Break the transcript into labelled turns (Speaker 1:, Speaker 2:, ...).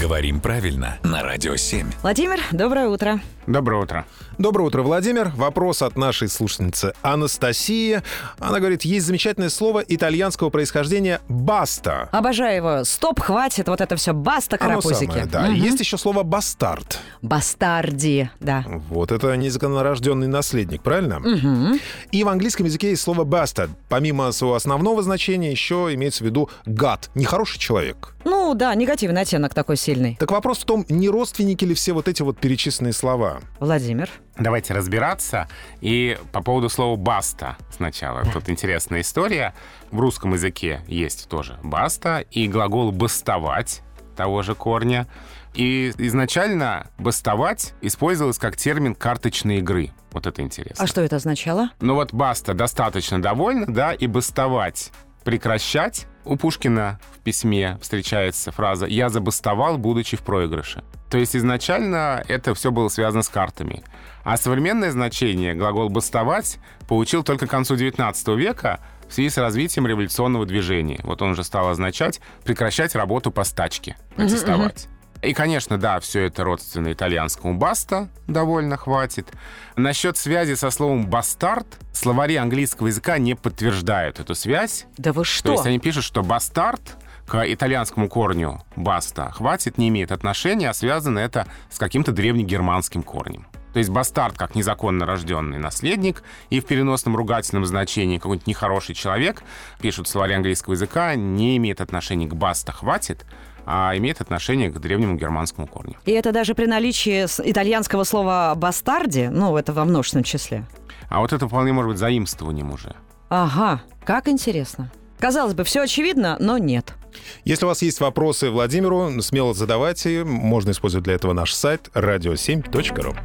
Speaker 1: Говорим правильно на Радио 7.
Speaker 2: Владимир, доброе утро.
Speaker 3: Доброе утро.
Speaker 4: Доброе утро, Владимир. Вопрос от нашей слушательницы Анастасии. Она говорит, есть замечательное слово итальянского происхождения «баста».
Speaker 2: Обожаю его. Стоп, хватит, вот это все. Баста,
Speaker 4: Оно
Speaker 2: карапузики.
Speaker 4: самое, да. И Есть еще слово «бастард».
Speaker 2: Бастарди, да.
Speaker 4: Вот это незаконнорожденный наследник, правильно? И в английском языке есть слово «bastard». Помимо своего основного значения еще имеется в виду «гад», нехороший человек.
Speaker 2: Ну да, негативный оттенок такой сильный.
Speaker 4: Так вопрос в том, не родственники ли все вот эти вот перечисленные слова?
Speaker 2: Владимир.
Speaker 3: Давайте разбираться. И по поводу слова «баста» сначала. Тут интересная история. В русском языке есть тоже «баста» и глагол «бастовать» того же корня. И изначально «бастовать» использовалось как термин карточной игры. Вот это интересно.
Speaker 2: А что это означало?
Speaker 3: Ну вот баста достаточно довольна, да, и бастовать, прекращать. У Пушкина в письме встречается фраза «я забастовал, будучи в проигрыше». То есть изначально это все было связано с картами. А современное значение глагол «бастовать» получил только к концу XIX века в связи с развитием революционного движения. Вот он же стал означать «прекращать работу по стачке», «протестовать». И, конечно, да, все это родственно итальянскому «баста» довольно хватит. Насчет связи со словом «бастард» словари английского языка не подтверждают эту связь.
Speaker 2: Да вы
Speaker 3: То
Speaker 2: что?
Speaker 3: есть они пишут, что «бастард» к итальянскому корню «баста» хватит не имеет отношения, а связано это с каким-то древнегерманским корнем. То есть бастард как незаконно рожденный наследник и в переносном ругательном значении какой-нибудь нехороший человек, пишут словари английского языка, не имеет отношения к «баста» хватит, а имеет отношение к древнему германскому корню.
Speaker 2: И это даже при наличии с- итальянского слова «бастарди», ну, это во множественном числе.
Speaker 3: А вот это вполне может быть заимствованием уже.
Speaker 2: Ага, как интересно. Казалось бы, все очевидно, но нет.
Speaker 4: Если у вас есть вопросы Владимиру, смело задавайте. Можно использовать для этого наш сайт radio7.ru.